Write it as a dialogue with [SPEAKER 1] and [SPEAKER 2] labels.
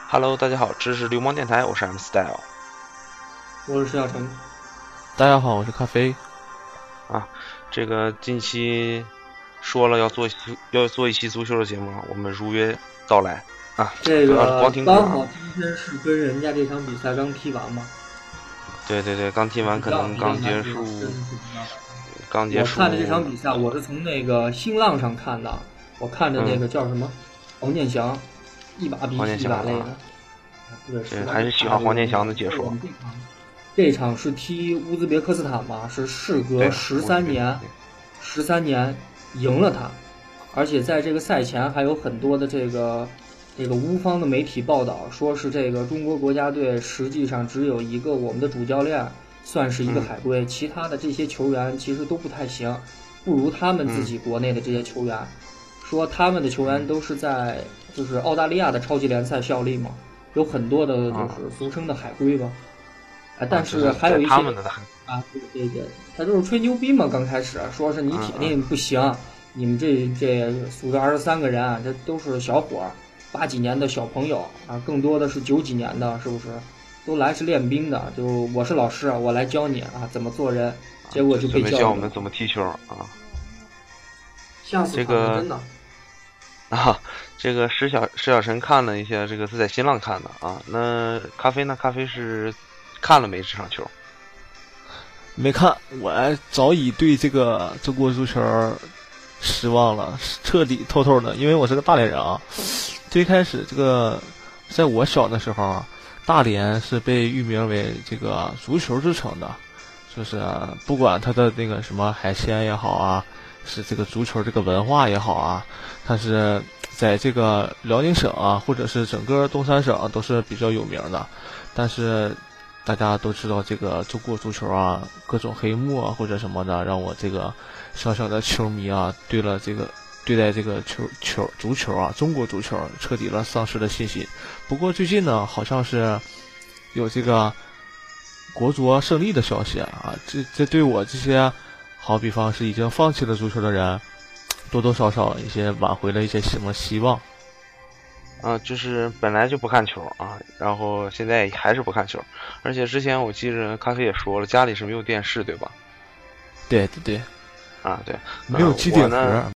[SPEAKER 1] Hello，大家好，这是流氓电台，我是 M Style
[SPEAKER 2] 我是石小晨。
[SPEAKER 3] 大家好，我是咖啡。
[SPEAKER 1] 啊。这个近期说了要做一期要做一期足球的节目，我们如约到来啊。
[SPEAKER 2] 这
[SPEAKER 1] 不要
[SPEAKER 2] 个
[SPEAKER 1] 光听
[SPEAKER 2] 刚
[SPEAKER 1] 啊
[SPEAKER 2] 好，今天是跟人家这场比赛刚踢完嘛，
[SPEAKER 1] 对对对，刚踢完可能刚结束
[SPEAKER 2] 不，知道你
[SPEAKER 1] 刚
[SPEAKER 2] 看
[SPEAKER 1] 结束。
[SPEAKER 2] 这场比赛真是不知道我看的这场比赛，我是从那个新浪上看的，我看着那个叫什么王建翔，一把鼻
[SPEAKER 1] 黄健
[SPEAKER 2] 涕一
[SPEAKER 1] 翔
[SPEAKER 2] 把泪的
[SPEAKER 1] 啊。
[SPEAKER 2] 对，
[SPEAKER 1] 对还是喜欢黄健翔的解说。
[SPEAKER 2] 这场这场是踢乌兹别克斯坦吧？是事
[SPEAKER 1] 对
[SPEAKER 2] 隔十三年，十三年赢了他，而且在这个赛前还有很多的这个这个乌方的媒体报道，说是这个中国国家队实际上只有一个我们的主教练算是一个
[SPEAKER 1] 嗯
[SPEAKER 2] 海归，其他的这些球员其实都不太行，不如他们自
[SPEAKER 1] 嗯
[SPEAKER 2] 己国内的这些球员。说他们的球员都是在就是澳大利亚的超级联赛效力嘛，有很多的就
[SPEAKER 1] 啊
[SPEAKER 2] 是俗称的海归吧。啊，
[SPEAKER 1] 啊
[SPEAKER 2] 但
[SPEAKER 1] 就是
[SPEAKER 2] 还有一些
[SPEAKER 1] 他们的
[SPEAKER 2] 啊，对对对，他就是吹牛逼嘛，刚开始说是你
[SPEAKER 1] 嗯
[SPEAKER 2] 铁定不行，你们这这宿舍二十三个人啊，这都是小伙儿，八几年的小朋友啊，更多的是九几年的，是不是？都来是练兵的，就我是老师，我来教你啊怎么做人，结果就被
[SPEAKER 1] 准备教
[SPEAKER 2] 教
[SPEAKER 1] 我们怎么踢球啊
[SPEAKER 2] 吓死
[SPEAKER 1] 这
[SPEAKER 2] 他们
[SPEAKER 1] 个
[SPEAKER 2] 真的。
[SPEAKER 1] 啊！ 这个石小石小晨看了一下，这个是在新浪看的啊。那咖啡呢？咖啡是看了没这场球？
[SPEAKER 3] 没看，我早已对这个中国足球失望了，彻底透透的。因为我是个大连人啊，最开始这个，在我小的时候啊，大连是被誉名为这个足球之城的，就是不管它的那个什么海鲜也好啊，是这个足球这个文化也好啊，它是在这个辽宁省啊，或者是整个东三省啊都是比较有名的，但是大家都知道这个中国足球啊，各种黑幕啊或者什么的，让我这个小小的球迷啊，对了这个对待这个球球足球啊，中国足球彻底了丧失了信心。不过最近呢，好像是有这个国足胜利的消息啊，这这对我这些好比方是已经放弃了足球的人，多多少少一些挽回了一些什么希望。
[SPEAKER 1] 啊，就是本来就不看球啊，然后现在还是不看球，而且之前我记着咖啡也说了，家里是没有电视对吧？
[SPEAKER 3] 对对对，
[SPEAKER 1] 啊，对，
[SPEAKER 3] 没有
[SPEAKER 1] 呃
[SPEAKER 3] 机
[SPEAKER 1] 我
[SPEAKER 3] 顶
[SPEAKER 1] 呢
[SPEAKER 3] 盒，